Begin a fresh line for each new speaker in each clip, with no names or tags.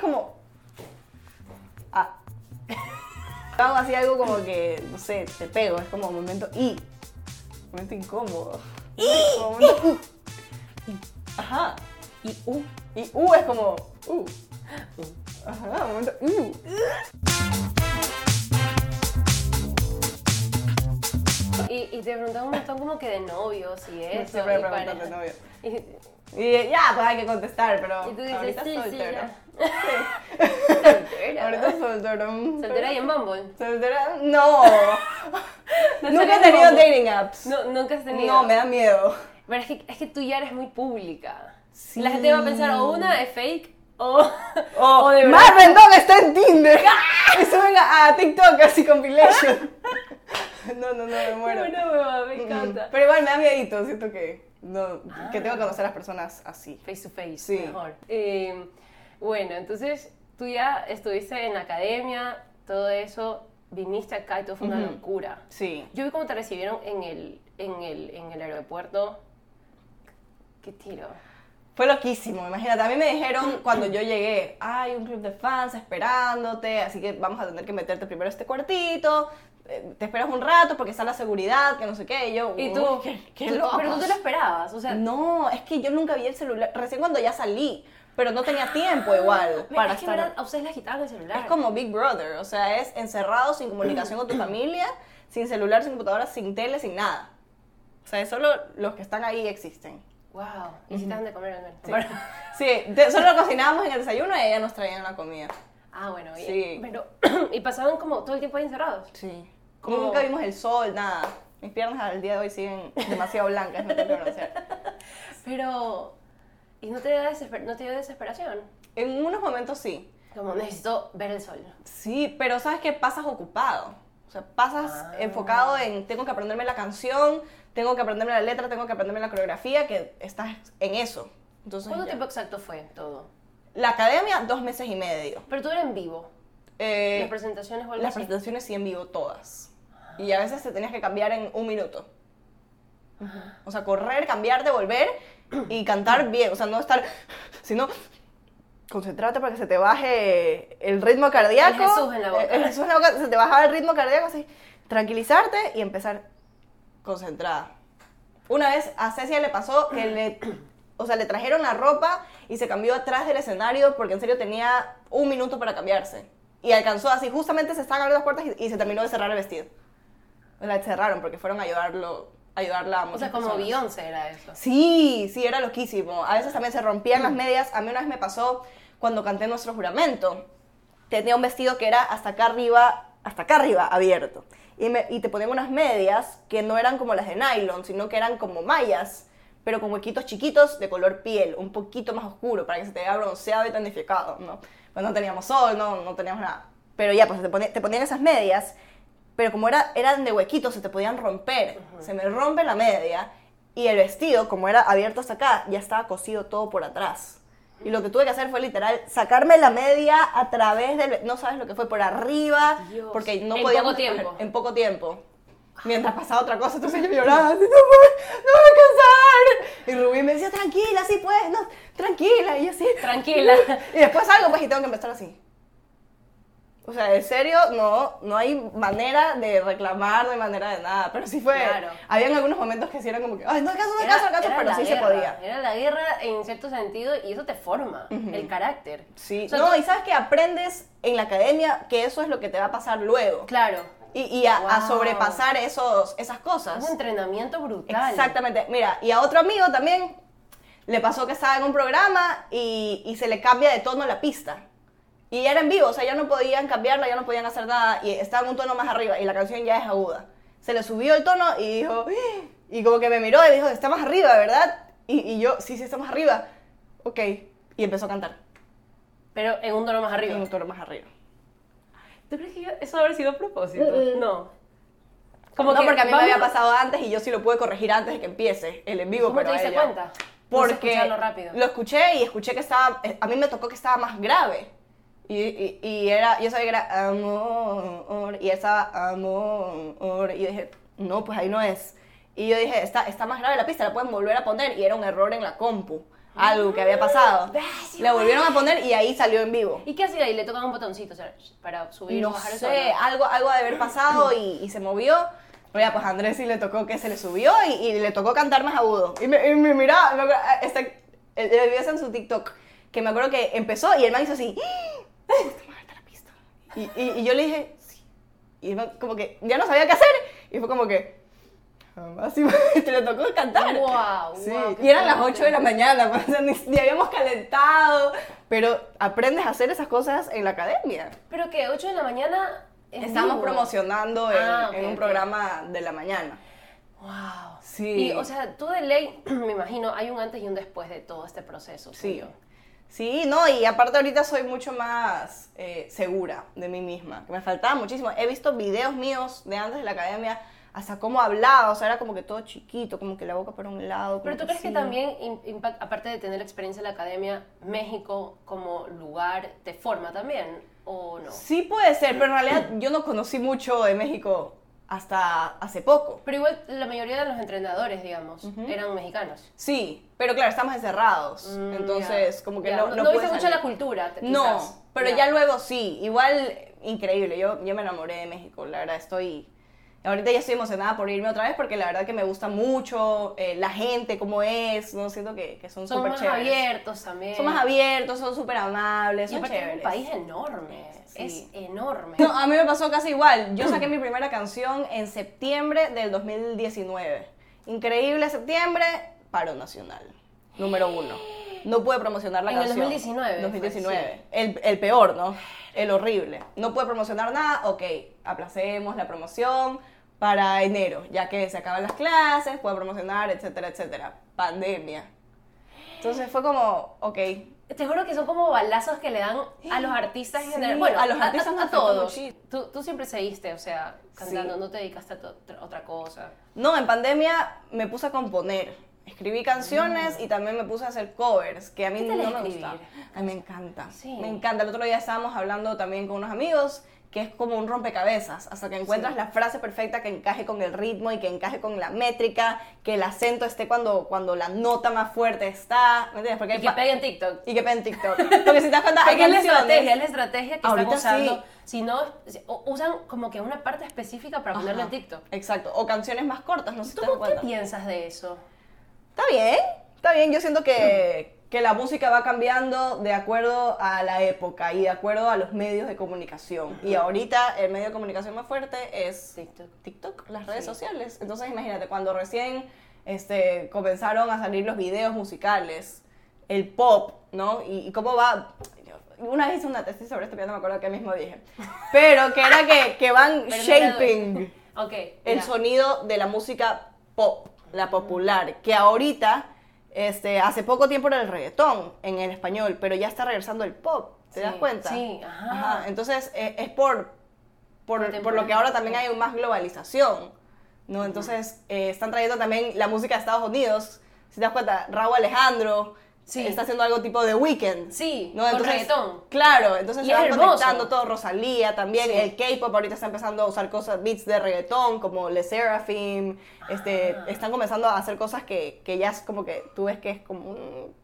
como. Ah. Hago así algo como que, no sé, te pego. Es como momento y. Momento incómodo. Y. Momento, uh. y. Ajá. Y u. Y u es como. Uh. Ajá, momento. Uh.
Y, y te preguntan un montón como que de novios y
Me
eso.
siempre
y
me preguntan
pareja.
de novio.
Y,
Y eh, ya, pues hay que contestar, pero.
y tú dices,
ahorita
sí, sí,
soltero.
ya. Soltera.
Ahorita soltero. mm,
Soltera y en Bumble.
¿Soltera? No.
No
Nunca he
tenés
tenido
Bumble.
dating apps.
No, nunca has tenido.
No, me da miedo.
Pero es que, es que tú ya eres muy pública.
Sí.
La gente va a pensar, o una es fake, o,
Oh,
o de verdad.
Mar Rendón está en Tinder. Y suben a, a TikTok así compilation. No, no, no, me muero.
Qué buena huevada, me
Mm,
encanta. Ah.
Pero igual me da miedito, siento que, no, que tengo que conocer a las personas así.
Face to face,
Sí.
mejor. Eh, bueno, entonces tú ya estuviste en la academia, todo eso, viniste acá y todo fue una
Ujú.
locura.
Sí.
Yo vi cómo te recibieron en el, en el, en el aeropuerto. Qué tiro.
Fue loquísimo, imagínate. A mí me dijeron cuando yo llegué, hay un club de fans esperándote, así que vamos a tener que meterte primero a este cuartito. eh, Te esperas un rato porque está la seguridad, que no sé qué. Y yo,
Y tú,
"Uh, qué, qué
tú-
locos".
pero tú te lo esperabas, o sea,
No, es que yo nunca vi el celular, recién cuando ya salí, pero no tenía tiempo igual
Mira,
para
Ah, es que
estar.
verdad, ah. a ustedes les quitaban el celular.
Es como Big Brother, o sea, es encerrado sin comunicación con tu familia, sin celular, sin computadora, sin tele, sin nada. O sea, solo los que están ahí existen.
wow, necesitan de comer al menos.
Sí, Sí, te- solo cocinábamos en el desayuno y ellas nos traían la comida.
Ah, bueno, bien.
Sí.
Pero, y pasaban como todo el tiempo ahí encerrados.
Sí.
Como-
Nunca vimos el sol, nada. Mis piernas al día de hoy siguen demasiado blancas, no tengo que broncear.
Pero, ¿y no te dio, desesper- no te dio desesperación?
En unos momentos sí,
Como necesito ver el sol.
Sí, pero sabes que pasas ocupado. O sea, pasas
Ah.
enfocado en tengo que aprenderme la canción, tengo que aprenderme la letra, tengo que aprenderme la coreografía, que estás en eso. Entonces,
¿Cuánto
ya.
tiempo exacto fue todo?
La academia, dos meses y medio.
Pero tú eras en vivo.
Eh,
Las presentaciones o algo
las
así.
presentaciones sí en vivo todas. Y a veces te tenías que cambiar en un minuto. O sea, correr, cambiarte, volver y cantar bien. O sea, no estar, sino concentrarte para que se te baje el ritmo cardíaco.
El Jesús en la boca.
Eh, el Jesús en la boca, se te bajaba el ritmo cardíaco, así. Tranquilizarte y empezar concentrada. Una vez a Cecia le pasó que le, o sea, le trajeron la ropa y se cambió atrás del escenario porque en serio tenía un minuto para cambiarse. Y alcanzó así, justamente se estaban abriendo las puertas y, y se terminó de cerrar el vestido. La cerraron porque fueron a ayudarlo, a ayudarla a
O
muchas
sea, como
personas.
Beyoncé era eso.
Sí, sí, era loquísimo. A veces también se rompían las medias. A mí una vez me pasó cuando canté nuestro juramento. Tenía un vestido que era hasta acá arriba, hasta acá arriba abierto. Y, me- y te ponían unas medias que no eran como las de nylon, sino que eran como mallas, pero con huequitos chiquitos de color piel, un poquito más oscuro, para que se te vea bronceado y tonificado, ¿no? Pues no teníamos sol, no, no teníamos nada. Pero ya, pues te, pone- te ponían esas medias, pero como era, eran de huequitos, se te podían romper. Se me rompe la media y el vestido, como era abierto hasta acá, ya estaba cosido todo por atrás. Y lo que tuve que hacer fue literal sacarme la media a través del... No sabes lo que fue, por arriba,
Dios.
porque no
En
podíamos...
poco tiempo. Ah.
En poco tiempo. Mientras pasaba otra cosa, entonces yo lloraba, así, no, voy, no voy a cansar. Y Rubí me decía, tranquila, sí puedes, no, tranquila. Y yo así,
Tranquila.
y después salgo, pues, y tengo que empezar así. O sea, en serio, no, no hay manera de reclamar, no hay manera de nada. Pero sí fue.
Claro.
Habían algunos momentos que sí eran como que, ay, no alcanzo, no alcanzo, no alcanzo,
era
pero
la
sí se
guerra,
podía.
Era la guerra en cierto sentido y eso te forma el carácter.
Sí.
O sea,
no,
tú-
y sabes que aprendes en la academia que eso es lo que te va a pasar luego.
Claro,
Y, y a, a
Wow.
sobrepasar esos, esas
es
cosas.
un entrenamiento brutal.
Exactamente. Mira, y a otro amigo también le pasó que estaba en un programa y, y se le cambia de tono la pista. Y era en vivo, o sea, ya no podían cambiarla, ya no podían hacer nada y estaba en un tono más arriba y la canción ya es aguda. Se le subió el tono y dijo, "Ah", y como que me miró y dijo, está más arriba, ¿verdad? Y, y yo, sí, sí, está más arriba. Ok. Y empezó a cantar.
Pero en un tono más
En
arriba.
un tono más arriba.
¿Tú crees que yo- eso haber sido a propósito? No. Como
no,
que
porque a mí
vamos-
me había pasado antes y yo sí lo pude corregir antes de que empiece el en vivo.
¿Cómo
pero
te
a
diste
ella-
cuenta? Puedes
Porque
escucharlo rápido.
lo escuché y escuché que estaba, eh, a mí me tocó que estaba más grave. Y, y- y era, yo sabía que era amor, y él estaba amor, y yo dije, no, pues ahí no es. Y yo dije, está, está más grave la pista, la pueden volver a poner, y era un error en la compu. algo que había
Ah,
pasado. Le volvieron a poner y ahí salió en vivo.
¿Y qué hacía ahí? Le tocaban un botoncito o sea, para subir o
No
bajar el
sé,
sonido.
algo, algo ha de haber pasado y, y se movió. Pero ya, pues a Andrés sí le tocó que se le subió y, y le tocó cantar más agudo. Y me, y me miraba, me acuerdo, ah, está- el, el video está en su TikTok, que me acuerdo que empezó y el man hizo así, ¡Ah! Esta madre está la pista. Y, y- y yo le dije, sí. Y el man como que ya no sabía qué hacer. Y fue como que, jamás iba- te le tocó cantar.
Guau,
Sí,
guau, qué
y eran las
fuerte.
8 de la mañana, o sea, ni, ni habíamos calentado. Pero aprendes a hacer esas cosas en la academia.
Pero que 8 de la mañana en
Estamos
vivo.
promocionando en,
Ah, ok,
en un
ok.
programa de la mañana.
Wow.
Sí.
Y o sea, tú de ley, me imagino, hay un antes y un después de todo este proceso.
Sí.
tuyo.
Sí, no, y aparte ahorita soy mucho más eh, segura de mí misma, que me faltaba muchísimo. He visto videos míos de antes de la academia, hasta cómo hablaba, o sea, era como que todo chiquito, como que la boca para un lado. como
Pero tú crees que
sí.
también, im- impact- aparte de tener la experiencia en la academia, México como lugar te forma también, ¿o no?
Sí puede ser, pero en realidad yo no conocí mucho de México hasta hace poco.
Pero igual la mayoría de los entrenadores, digamos, eran mexicanos.
Sí, pero claro, estamos encerrados,
Mm,
entonces
ya,
como que
ya.
no... no
No, no
puedes
viste mucho
salir.
la cultura, te- quizás.
No, pero
Ya.
ya. luego sí. Igual, increíble. Yo, yo me enamoré de México. La verdad, estoy. Ahorita ya estoy emocionada por irme otra vez porque la verdad que me gusta mucho eh, la gente, cómo es. No siento que, que son
Son
súper
más
chéveres.
abiertos también.
Son más abiertos, son súper amables,
Y
son
aparte
chéveres.
es un país enorme,
Sí.
es enorme.
No, ah. a mí me pasó casi igual. Yo saqué mi primera canción en septiembre del 2019. Increíble septiembre, paro nacional. Número uno. No pude promocionar la
En el
canción.
2019 fue,
2019. El, el peor, ¿no? El horrible. No pude promocionar nada. Ok, aplacemos la promoción para enero, ya que se acaban las clases, puedo promocionar, etcétera, etcétera. Pandemia. Entonces fue como, ok.
Te juro que son como balazos que le dan a los artistas en
Sí,
general. Bueno,
a los artistas
a,
nos afecta
todos.
muchísimo.
Tú, tú siempre seguiste, o sea, cantando,
Sí.
no te dedicaste a to- tra- otra cosa.
No, en pandemia me puse a componer. Escribí canciones y también me puse a hacer covers, que a mí
Mm. ¿Qué tal
no me
escribir?
gusta. A mí me encanta.
Sí.
Me encanta. El otro día estábamos hablando también con unos amigos que es como un rompecabezas, hasta que encuentras la frase perfecta que encaje con el ritmo y que encaje con la métrica, que el acento esté cuando, cuando la nota más fuerte está, ¿me entiendes? Porque hay
Y que
pa-
pegue en TikTok.
y que pegue en TikTok. Porque si te das cuenta, hay
Porque es la
canciones-
estrategia, es la estrategia que
Ahorita
están
sí.
usando. Si no, si- o- usan como que una parte específica para ponerlo en
Ajá,
TikTok.
Exacto. O canciones más cortas, no sé si
¿Tú
te das
qué
cuenta.
piensas de eso?
Está bien, está bien. Yo siento que, que la música va cambiando de acuerdo a la época y de acuerdo a los medios de comunicación. Y ahorita el medio de comunicación más fuerte es
TikTok.
TikTok, las redes
Sí.
sociales. Entonces imagínate, cuando recién este, comenzaron a salir los videos musicales, el pop, ¿no? Y, y cómo va... Una vez hice una tesis sobre esto, pero ya no me acuerdo qué mismo dije. Pero que era que, que van
Pero no era-
shaping
Ok.
el
ya.
sonido de la música pop, la popular, que ahorita, este, hace poco tiempo era el reggaetón en el español, pero ya está regresando el pop, ¿te
Sí,
das cuenta?
sí, ajá.
Entonces eh, es por, por, por lo que ahora también hay más globalización, ¿no? Entonces eh, están trayendo también la música de Estados Unidos, si te das cuenta, Raúl Alejandro
Sí.
está haciendo algo tipo de Weekend.
Sí, con reggaetón.
Claro, entonces
Y
se
es
van
hermoso.
conectando todo, Rosalía también,
Sí.
el K-pop ahorita está empezando a usar cosas, beats de reggaetón como Le Seraphim, este, están comenzando a hacer cosas que, que ya es como que tú ves que es como un,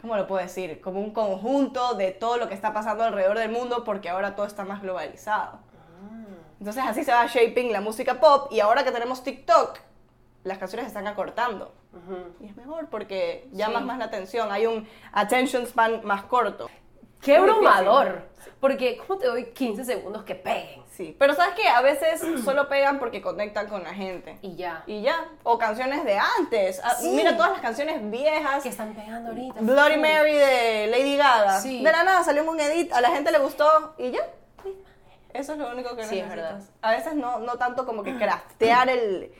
¿cómo lo puedo decir? Como un conjunto de todo lo que está pasando alrededor del mundo porque ahora todo está más globalizado. Entonces así se va shaping la música pop y ahora que tenemos TikTok, las canciones se están acortando.
Ujú.
Y es mejor porque llamas más la atención, hay un attention span más corto.
Qué
Muy difícil.
abrumador. Porque, ¿cómo te doy 15 segundos que peguen?
Sí, pero sabes que a veces solo pegan porque conectan con la gente.
Y ya.
Y ya, o canciones de antes. Ah,
Sí.
Mira todas las canciones viejas.
que están pegando ahorita.
Bloody Mary de Lady Gaga.
Sí.
De la nada salió en un edit, a la gente le gustó y ya. Eso es lo único que
Sí, es
necesitas.
verdad.
A veces no, no tanto como que craftear el,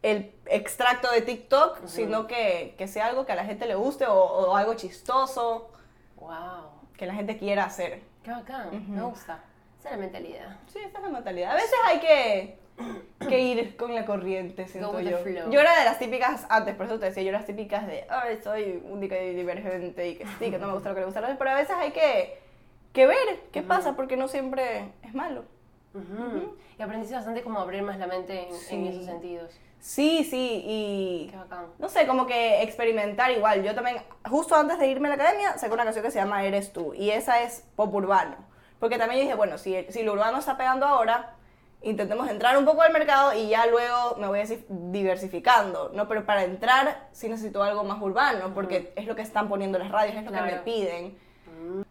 el extracto de TikTok, sino que, que sea algo que a la gente le guste o, o algo chistoso
Wow.
que la gente quiera hacer.
Qué bacán. Me gusta. Esa es la mentalidad.
Sí, esa es la mentalidad. A veces hay que, que ir con la corriente, siento
with the
yo.
flow.
Yo era de las típicas, antes, por eso te decía, yo era las típicas de, ay, soy única y divergente y que sí, que no me gusta lo que le gusta a los demás", Pero a veces hay que, que ver qué pasa, porque no siempre es malo.
Ujú. Y aprendiste bastante como abrir más la mente en, en
Sí.
esos sentidos.
Sí, sí, y...
Qué bacán.
No sé, como que experimentar igual. Yo también, justo antes de irme a la academia, saqué una canción que se llama Eres tú. Y esa es pop urbano. Porque también yo dije, bueno, si, si lo urbano está pegando ahora, intentemos entrar un poco al mercado y ya luego me voy a decir, diversificando, ¿no? Pero para entrar sí necesito algo más urbano, porque es lo que están poniendo las radios, es lo que
Claro.
me piden.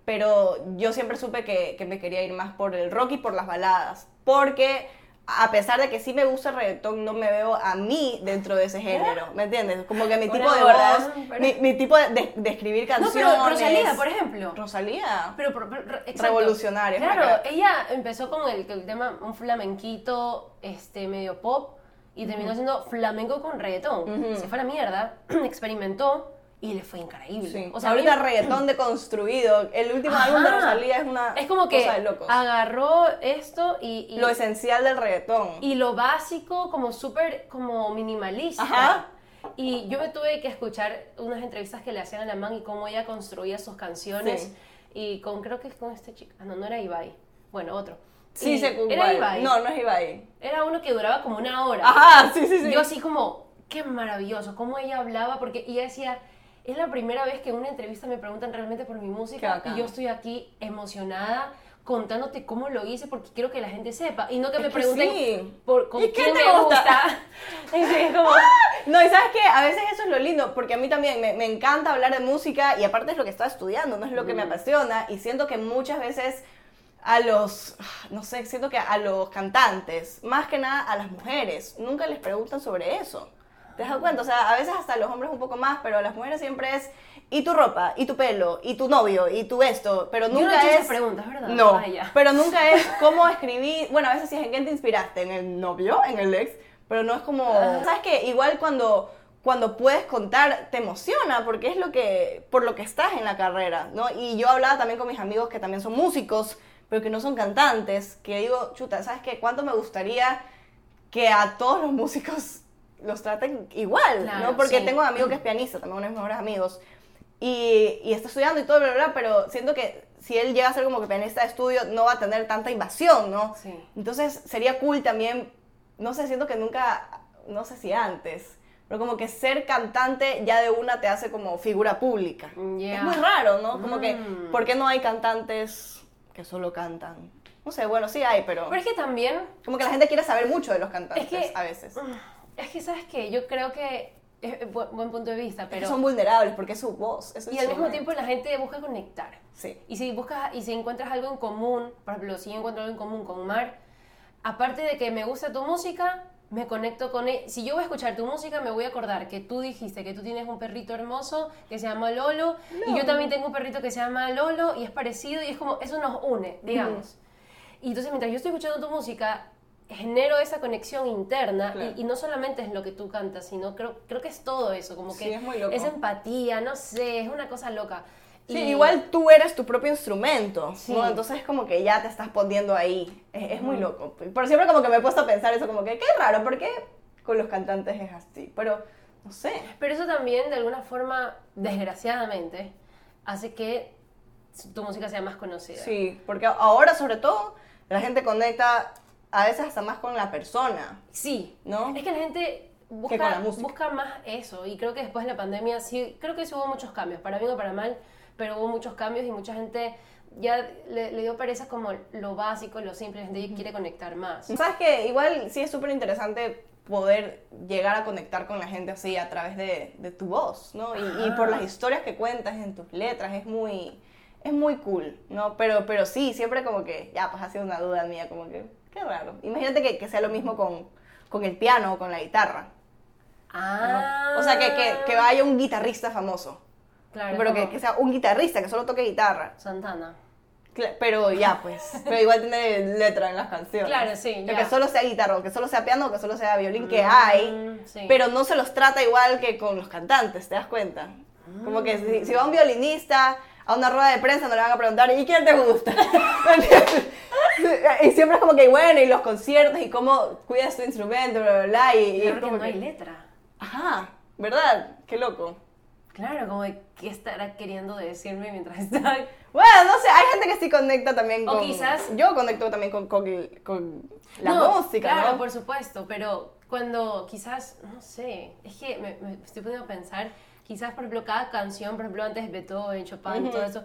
Pero yo siempre supe que, que me quería ir más por el rock y por las baladas. Porque a pesar de que sí me gusta el reggaetón, no me veo a mí dentro de ese género. ¿Me entiendes? Como que mi
Una
tipo de
gorda,
voz,
pero-
mi, mi tipo de, de- de escribir
No,
canciones.
pero Rosalía, por ejemplo.
Rosalía.
Pero, pero- pero- exacto.
Revolucionaria. es una
Claro,
crack.
ella empezó con el, el tema un flamenquito, este, medio pop, y terminó siendo flamenco con reggaetón. Se fue a la mierda, experimentó y le fue increíble.
Sí.
O sea, a mí-
ahorita reggaetón deconstruido. El último
Ajá.
álbum de Rosalía es una
es como que
cosa de locos.
agarró esto y, y-
Lo esencial del reggaetón.
y lo básico como súper como minimalista.
Ajá.
Y yo me tuve que escuchar unas entrevistas que le hacían a la man y cómo ella construía sus canciones.
Sí.
Y con, creo que con este chico, ah, no, no era Ibai, bueno, otro.
sí,
Y
sé con
Era
cuál.
Ibai.
No, no es Ibai.
Era uno que duraba como una hora.
Ajá, sí, sí, sí.
Yo así como, qué maravilloso, cómo ella hablaba, porque ella decía, es la primera vez que en una entrevista me preguntan realmente por mi
Qué
música
bacán.
y yo estoy aquí emocionada contándote cómo lo hice porque quiero que la gente sepa y no que
Es
me
que
pregunten
sí.
por con
¿Y qué
quién
te
me
gusta? Ah,
gusta. Y sí, es como,
No, y sabes qué, a veces eso es lo lindo, porque a mí también me, me encanta hablar de música y aparte es lo que estaba estudiando, no es lo que me apasiona y siento que muchas veces a los, no sé, siento que a los cantantes, más que nada a las mujeres, nunca les preguntan sobre eso. ¿Te das cuenta? O sea, a veces hasta a los hombres un poco más, pero a las mujeres siempre es, y tu ropa, y tu pelo, y tu novio, y tu esto, pero
Yo no he
nunca
hecho
es...
esas preguntas, ¿verdad?
No,
Ah, ya.
pero nunca es cómo escribí. Bueno, a veces sí es en quién te inspiraste, en el novio, en el ex, pero no es como. ¿Sabes qué? Igual cuando, cuando puedes contar, te emociona porque es lo que, por lo que estás en la carrera, ¿no? Y yo hablaba también con mis amigos que también son músicos, pero que no son cantantes, que digo, chuta, ¿sabes qué? ¿Cuánto me gustaría que a todos los músicos los traten igual,
Claro,
¿no? Porque
sí.
tengo un amigo que es pianista, también uno de mis mejores amigos, y, y está estudiando y todo, bla, bla, bla, pero siento que si él llega a ser como que pianista de estudio, no va a tener tanta invasión, ¿no?
Sí.
Entonces sería cool también, no sé, siento que nunca, no sé si antes, pero como que ser cantante ya de una te hace como figura pública.
Mm, Yeah.
Es muy raro, ¿no? Como que,
Mm.
¿por qué no hay cantantes que solo cantan? No sé, bueno, sí hay, pero...
Pero es que también
Como que la gente quiere saber mucho de los cantantes
es que Mm,
a veces.
Es que sabes que yo creo que es eh, bu- buen punto de vista,
Es
pero
que son vulnerables porque es su voz. eso
y
es
al
su-
mismo tiempo la gente busca conectar.
Sí.
Y si buscas y si encuentras algo en común, por ejemplo, si yo encuentro algo en común con Mar, aparte de que me gusta tu música, me conecto con él. Si yo voy a escuchar tu música, me voy a acordar que tú dijiste que tú tienes un perrito hermoso que se llama Lolo y yo también tengo un perrito que se llama Lolo y es parecido y es como eso nos une, digamos. Y entonces mientras yo estoy escuchando tu música, genero esa conexión interna y-
Claro.
y, no solamente es lo que tú cantas, sino creo creo que es todo eso, como
Sí,
que
es muy loco.
esa empatía, no sé, es una cosa loca.
Sí,
Y-
igual tú eres tu propio instrumento,
Sí.
¿no? Entonces es como que ya te estás poniendo ahí. Es, es muy loco. Por siempre como que me he puesto a pensar eso, como que qué raro, ¿por qué con los cantantes es así? Pero, no sé.
Pero eso también, de alguna forma, desgraciadamente, hace que tu música sea más conocida.
Sí, porque ahora sobre todo la gente conecta a veces hasta más con la persona.
Sí.
¿No?
Es que la gente
Que con la
busca,
música.
busca más eso. Y creo que después de la pandemia, sí, creo que sí hubo muchos cambios, para bien o para mal, pero hubo muchos cambios y mucha gente ya le, le dio pereza como lo básico, lo simple, la gente quiere conectar más.
Sabes que igual sí es súper interesante poder llegar a conectar con la gente así a través de, de tu voz, ¿no? Y, y por las historias que cuentas en tus letras, es muy, es muy cool, ¿no? Pero, pero sí, siempre como que, ya, pues ha sido una duda mía, como que, qué raro. Imagínate que, que sea lo mismo con, con el piano o con la guitarra, ¿no?
Ah.
O sea, que, que, que haya un guitarrista famoso,
Claro,
pero que,
como
que sea un guitarrista que solo toque guitarra.
Santana.
Cla- Pero ya, pues. Pero igual tiene letra en las canciones.
Claro, sí,
Pero
ya.
Que solo sea guitarra, o que solo sea piano, o que solo sea violín, que hay.
Mm, sí.
Pero no se los trata igual que con los cantantes, ¿te das cuenta? Como que si, si va un violinista a una rueda de prensa, no le van a preguntar, ¿y quién te gusta? ¿Me entiendes? y siempre es como que, bueno, y los conciertos, y cómo cuidas tu instrumento, bla, bla, bla. Y, y
Claro que
como
no hay
que-
letra.
Ajá, ¿verdad? Qué loco.
Claro, como de qué estará queriendo decirme mientras está.
Bueno, no sé, hay gente que sí conecta también
O
con...
quizás-
Yo conecto también con, con- con la
No,
música,
Claro,
¿no?
por supuesto, pero cuando quizás, no sé, es que me, me estoy poniendo a pensar, quizás por ejemplo cada canción, por ejemplo antes Beethoven, Chopin, todo eso.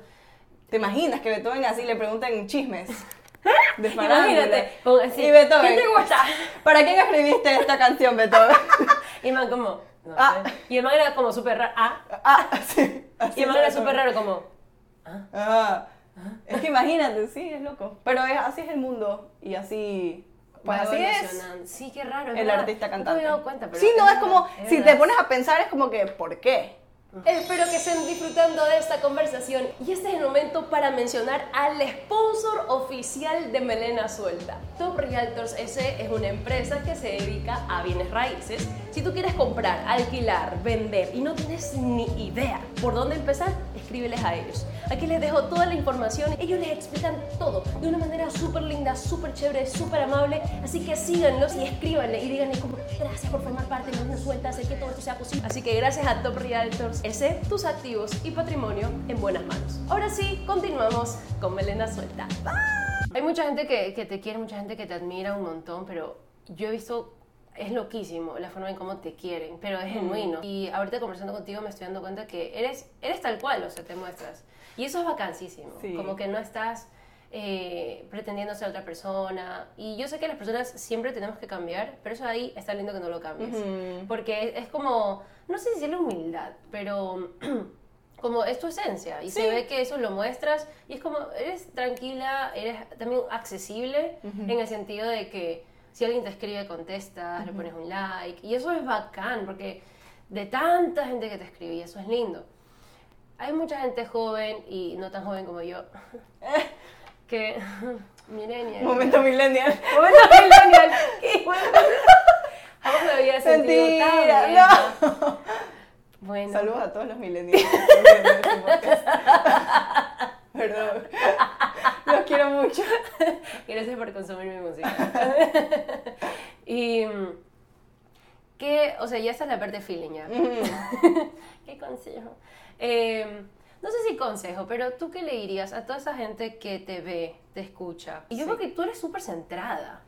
¿Te imaginas que Beethoven así le preguntan chismes? De
Imagínate, con así,
Y Beethoven.
¿qué te gusta?
¿Para quién escribiste esta canción, Beethoven?
Y el man como, no
Ah.
sé. Y el man era como súper raro, ah.
ah, sí. así
Y el man
es
era
Beethoven.
súper raro como,
Ah. Es que imagínate, sí, es loco. Pero es- así es el mundo y así. Pues
va
así es.
evolucionando. Sí, qué raro. es
El
verdad.
artista
No me
cantante.
había dado cuenta, pero
sí, no, es
verdad,
como,
es
si te
verdad.
pones a pensar, es como que, ¿por qué?
Espero que estén disfrutando de esta conversación y este es el momento para mencionar al sponsor oficial de Melena Suelta. Top Realtors S es una empresa que se dedica a bienes raíces. Si tú quieres comprar, alquilar, vender y no tienes ni idea por dónde empezar, escríbeles a ellos. Aquí les dejo toda la información. Ellos les explican todo de una manera súper linda, súper chévere, súper amable. Así que síganlos y escríbanle y díganle como gracias por formar parte de Melena Suelta, hacer que todo esto sea posible. Así que gracias a Top Realtors S, tus activos y patrimonio en buenas manos. Ahora sí, continuamos con Melena Suelta.
Hay mucha gente que, que te quiere, mucha gente que te admira un montón, pero yo he visto, es loquísimo la forma en cómo te quieren, pero
Mm.
es genuino. Y ahorita conversando contigo me estoy dando cuenta que eres, eres tal cual, o sea, te muestras. Y eso es vacancísimo,
Sí.
como que no estás eh, pretendiendo ser otra persona. Y yo sé que las personas siempre tenemos que cambiar, pero eso ahí está lindo que no lo cambies.
Ujú.
Porque es, es como, no sé si es la humildad, pero... como es tu esencia y se ve que eso lo muestras y es como eres tranquila, eres también accesible en el sentido de que si alguien te escribe contestas, le pones un like y eso es bacán porque de tanta gente que te escribe y eso es lindo. Hay mucha gente joven y no tan joven como yo que millennial.
Momento millennial.
Momento millennial. Y bueno, Jamás me había sentido
Mentira,
tan vieja. Bueno,
Saludos a todos los millennials. que están viendo este podcast. Perdón. Los quiero mucho.
Gracias por consumir mi música. y mm, que, o sea, ya esta es la parte feeling ya.
Mm.
¿Qué consejo? Eh, no sé si consejo, pero tú qué le dirías a toda esa gente que te ve, te escucha. Y yo creo que tú eres súper centrada.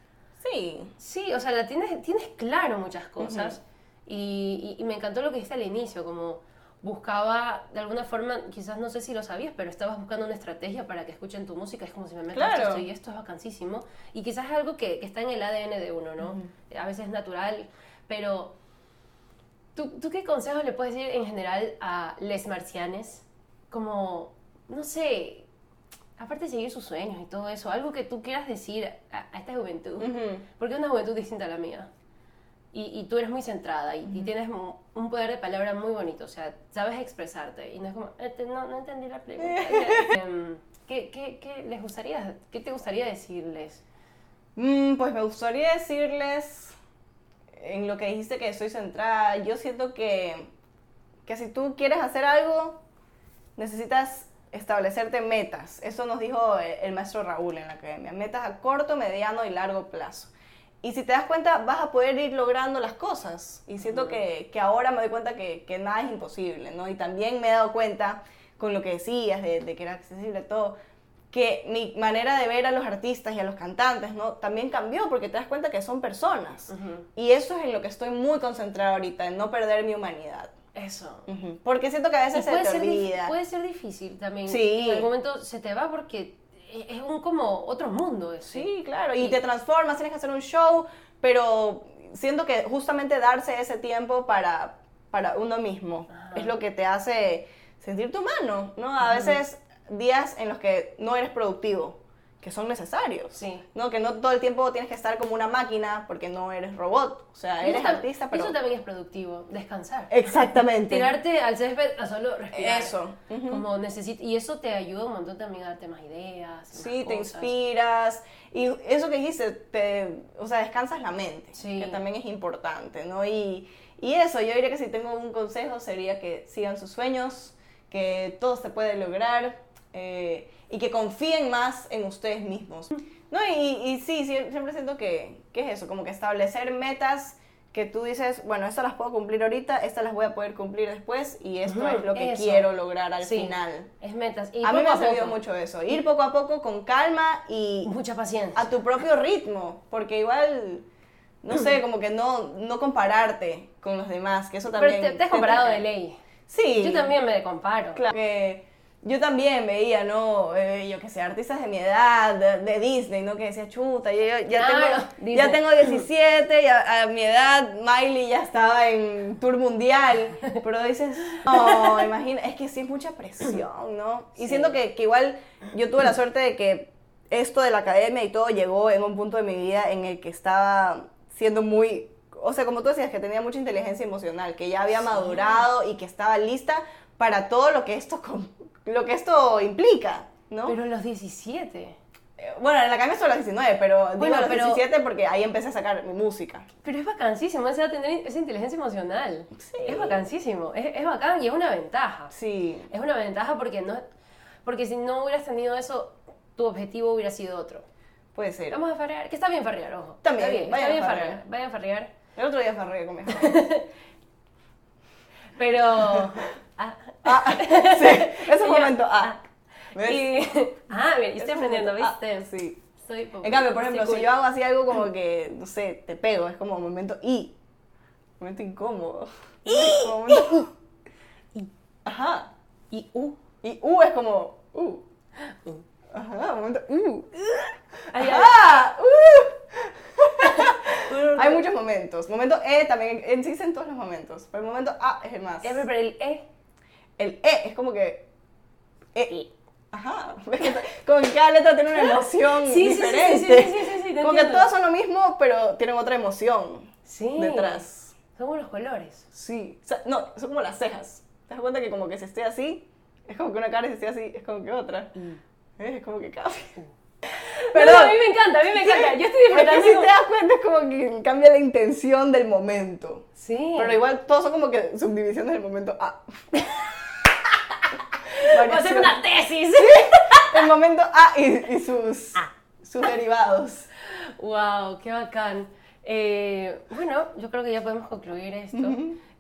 Sí.
Sí, o sea, la tienes, tienes claro muchas cosas. y, y- y me encantó lo que dijiste al inicio, como buscaba, de alguna forma, quizás no sé si lo sabías, pero estabas buscando una estrategia para que escuchen tu música. Es como si me meto
Claro.
esto y esto es vacancísimo. Y quizás es algo que, que está en el ADN de uno, ¿no? Eh, A veces es natural, pero ¿tú, tú qué consejos le puedes decir en general a les marcianes? Como, no sé, aparte de seguir sus sueños y todo eso, algo que tú quieras decir a, a esta juventud.
Ujú.
Porque es una juventud distinta a la mía. Y, y tú eres muy centrada y, y tienes un, un poder de palabra muy bonito. O sea, sabes expresarte. Y no es como, "Este, no, no entendí la pregunta. Em, ¿qué, qué, qué les gustaría, ¿Qué te gustaría decirles?
Mm, pues me gustaría decirles, en lo que dijiste que soy centrada, yo siento que, que si tú quieres hacer algo, necesitas establecerte metas. Eso nos dijo el, el maestro Raúl en la academia. Metas a corto, mediano y largo plazo. Y si te das cuenta, vas a poder ir logrando las cosas. Y siento eh, que, que ahora me doy cuenta que, que nada es imposible, ¿no? Y también me he dado cuenta con lo que decías, de, de que era accesible a todo, que mi manera de ver a los artistas y a los cantantes, ¿no? También cambió porque te das cuenta que son personas. Y eso es en lo que estoy muy concentrada ahorita, en no perder mi humanidad.
Eso.
Ujú. Porque siento que a veces se
puede,
te
ser, dif-
olvida.
puede ser difícil también.
Sí.
En algún momento se te va porque es- es un como otro mundo eso.
Sí, claro. Y te transformas, tienes que hacer un show, pero siento que justamente darse ese tiempo para, para uno mismo es lo que te hace sentir tu humano, ¿no? A veces días en los que no eres productivo, que son necesarios.
Sí.
¿no? Que no todo el tiempo tienes que estar como una máquina porque no eres robot. O sea,
Y eso
eres
tam-
artista,
y
pero...
Eso también es productivo, descansar.
Exactamente.
Tirarte al césped a solo respirar.
Eso. Ujú.
Como necesit- y eso te ayuda un montón también a darte más ideas.
Sí,
más
te
cosas.
inspiras. Y eso que dijiste, te, o sea, descansas la mente,
Sí.
que también es importante, ¿no? Y, y eso, yo diría que si tengo un consejo sería que sigan sus sueños, que todo se puede lograr eh, y que confíen más en ustedes mismos. No, y, y sí, sie- siempre siento que, que es eso, como que establecer metas que tú dices, bueno, estas las puedo cumplir ahorita, estas las voy a poder cumplir después y esto
Ujú,
es lo que
eso.
quiero lograr al
Sí,
final.
Es metas. Y
a mí me
poco
ha servido
poco.
mucho eso, ir poco a poco con calma y
Mucha paciencia.
a tu propio ritmo, porque igual, no sé, como que no, no compararte con los demás, que eso
Pero
también...
te, te has comparado
toca.
de ley.
Sí.
Yo también me comparo.
Claro. Que yo también veía, ¿no? Eh, yo que sé, artistas de mi edad, de, de Disney, ¿no? Que decía, chuta, yo, yo- ya,
Claro,
tengo, ya
Disney.
tengo 17 y a, a mi edad Miley ya estaba en tour mundial. Pero dices, no, imagina, es que sí es mucha presión, ¿no? Y siento que, que igual yo tuve la suerte de que esto de la academia y todo llegó en un punto de mi vida en el que estaba siendo muy... O sea, como tú decías, que tenía mucha inteligencia emocional, que ya había madurado y que estaba lista para todo lo que esto, com- lo que esto implica, ¿no?
Pero los 17.
Eh, bueno, en la academia solo a los 19, pero digo
Bueno,
a los
pero-
17 porque ahí empecé a sacar mi música.
Pero es vacancísimo, esa, edad tener esa inteligencia emocional. Es vacancísimo, es, es bacán y es una ventaja.
Sí,
Es una ventaja porque, no, porque si no hubieras tenido eso, tu objetivo hubiera sido otro.
puede ser.
Vamos a farrear, que está bien farrear, ojo.
También,
está bien,
vayan
está bien
a
farrear.
farrear.
vayan a farrear.
El otro día farré con mi
Pero... ah,
Ah, sí, ese fue
yo-
un momento. Ah,
ah,
¿ves?
y- ah, mira, yo
Ese fue
estoy
un
aprendiendo,
momento,
¿viste?
ah, sí.
Soy pop-
En cambio, por
soy
ejemplo,
cool.
si yo hago así algo como que, no sé, te pego, es como momento y. Momento incómodo. Y. Ajá.
Y, uh,
Y U es como. Uh. Ajá, momento. Uh.
ay, ay,
Ajá, uh. Hay muchos momentos. Momento E también en- existen todos los momentos. Pero el momento A es el más.
eh, pero el eh,
El E es como que. E. Ajá. Con cada letra tiene una emoción
Sí, sí, sí, sí,
diferente.
sí, sí, sí, sí, sí, te
Como que
entiendo.
todas son lo mismo, pero tienen otra emoción
Sí.
detrás.
Son como los colores.
Sí. O sea, no, son como las cejas. ¿Te das cuenta que como que si esté así, es como que una cara y si esté así, es como que otra? ¿Eh? Es como que cambia.
No, no, a mí me encanta, a mí me encanta. Yo estoy
Es que
disfrutando.
si te das cuenta es como que cambia la intención del momento.
Sí.
Pero igual todos son como que subdivisiones del momento A.
Voy a hacer una tesis.
El momento A y, y sus, sus derivados.
Wow, qué bacán. Eh, bueno, yo creo que ya podemos concluir esto.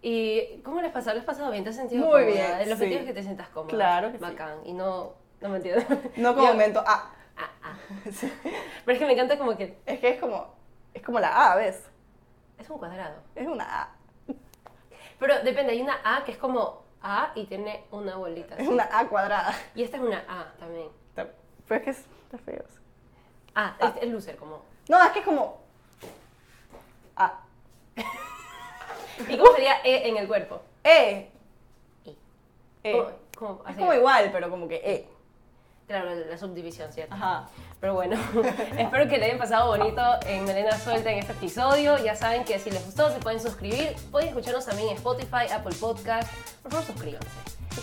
¿Y cómo les pasó? ¿Les pasó bien? ¿Te has sentido
Muy
cómoda?
bien,
El
sí.
objetivo es que te sientas cómoda.
Claro que sí.
Bacán. Y no, no me entiendo.
No como
Yo-
momento A.
Ah, ah.
Sí.
Pero es que me encanta como que
Es que es como, es como la A, ¿ves?
es un cuadrado.
Es una A.
Pero depende, hay una A que es como A y tiene una bolita.
Es una A cuadrada.
Y esta es una A también.
Está- Pero es que es- está feo. eso.
Ah, es el loser como.
No, es que es como. A.
¿Y cómo sería E en el cuerpo?
E.
I.
E.
Como- como
Es
así.
como igual, pero como que E.
Claro, la subdivisión, ¿cierto?
Ajá.
Pero bueno, espero que le hayan pasado bonito en Melena Suelta en este episodio. Ya saben que si les gustó se pueden suscribir. Pueden escucharnos también en Spotify, Apple Podcast. Por favor, suscríbanse.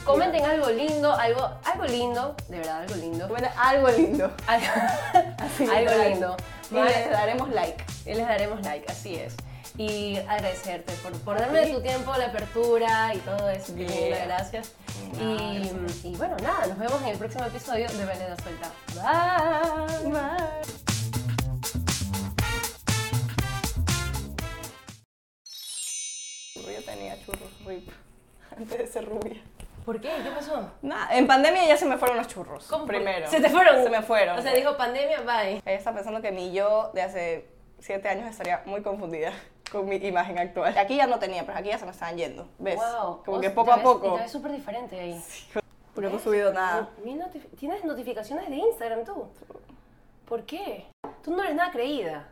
Comenten algo lindo, algo, algo lindo, de verdad, algo lindo.
Bueno, algo lindo.
Algo, algo
literal.
lindo.
Y
Vale.
les daremos like.
Y les daremos like, así es. Y agradecerte por, por darme tu tiempo, la apertura y todo eso. Qué
Yeah.
lindo, gracias. Y, y bueno, nada, nos vemos en el próximo episodio de Melena Suelta. Bye.
Bye. Yo tenía churros rip antes de ser rubia.
¿Por qué? ¿Qué pasó?
Nah, en pandemia ya se me fueron los churros. Primero.
¿Se te fueron?
Se me fueron.
O sea, dijo pandemia, bye.
Ella está pensando que mi yo de hace siete años estaría muy confundida con mi imagen actual. Aquí ya no tenía, pero aquí ya se me estaban yendo. ¿Ves?
Wow.
Como
O
que
sea,
poco
te
a
ves- y
poco.
Te ves súper diferente ahí.
Porque no he subido nada.
Mi notif- ¿Tienes notificaciones de Instagram tú? ¿Por qué? Tú no eres nada creída.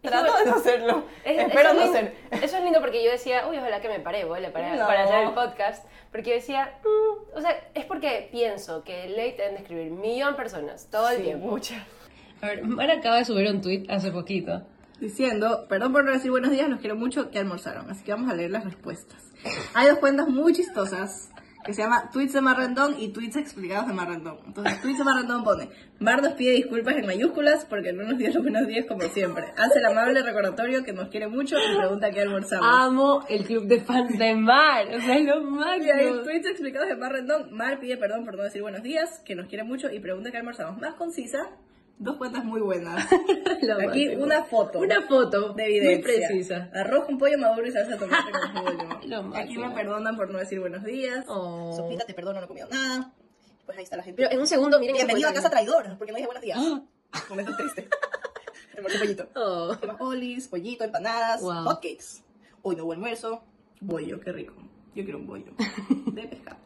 Trato de no hacerlo.
Es-
Espero
eso
Eh, no
es lin-
ser.
Eso es lindo porque yo decía, uy, ojalá que me pare, vale, para,
No.
para hacer el podcast. Porque yo decía, mm, o sea, es porque pienso que ley te deben de escribir millón personas todo el
Sí,
tiempo.
muchas.
A ver, Mara acaba de subir un tweet hace poquito.
diciendo, perdón por no decir buenos días, los quiero mucho, que almorzaron. Así que vamos a leer las respuestas. Hay dos cuentas muy chistosas que se llama Tweets de Marrendón y Tweets Explicados de Marrendón. Entonces, Tweets de Marrendón pone, Mar nos pide disculpas en mayúsculas porque no nos dio los buenos días como siempre. Hace el amable recordatorio que nos quiere mucho y pregunta qué almorzamos.
Ah,
Amo el club de fans de Mar, o sea, es lo
Y hay
máximo.
tweets explicados de Mar Rendón. Mar pide perdón por no decir buenos días, que nos quiere mucho y pregunta qué almorzamos. Más concisa, Dos cuentas muy buenas.
Lo
Aquí
máximo.
una foto.
Una foto
de evidencia.
muy precisa.
Arroz con pollo maduro y salsa de tomate con julio.
Lo
Aquí
máximo.
me perdonan por no decir buenos días.
Oh.
Sopita, te perdono, no he comido nada. Pues ahí está la gente.
Pero en un segundo, miren. Ah.
Bienvenido a
ese
casa
comentario.
traidor, porque no dije buenos días. Momento triste. Te mordí un pollito.
Oh.
Más olis, pollito, empanadas,
Wow.
hotcakes. Hoy no hubo almuerzo. Bollo, qué rico. Yo quiero un bollo. De pescado.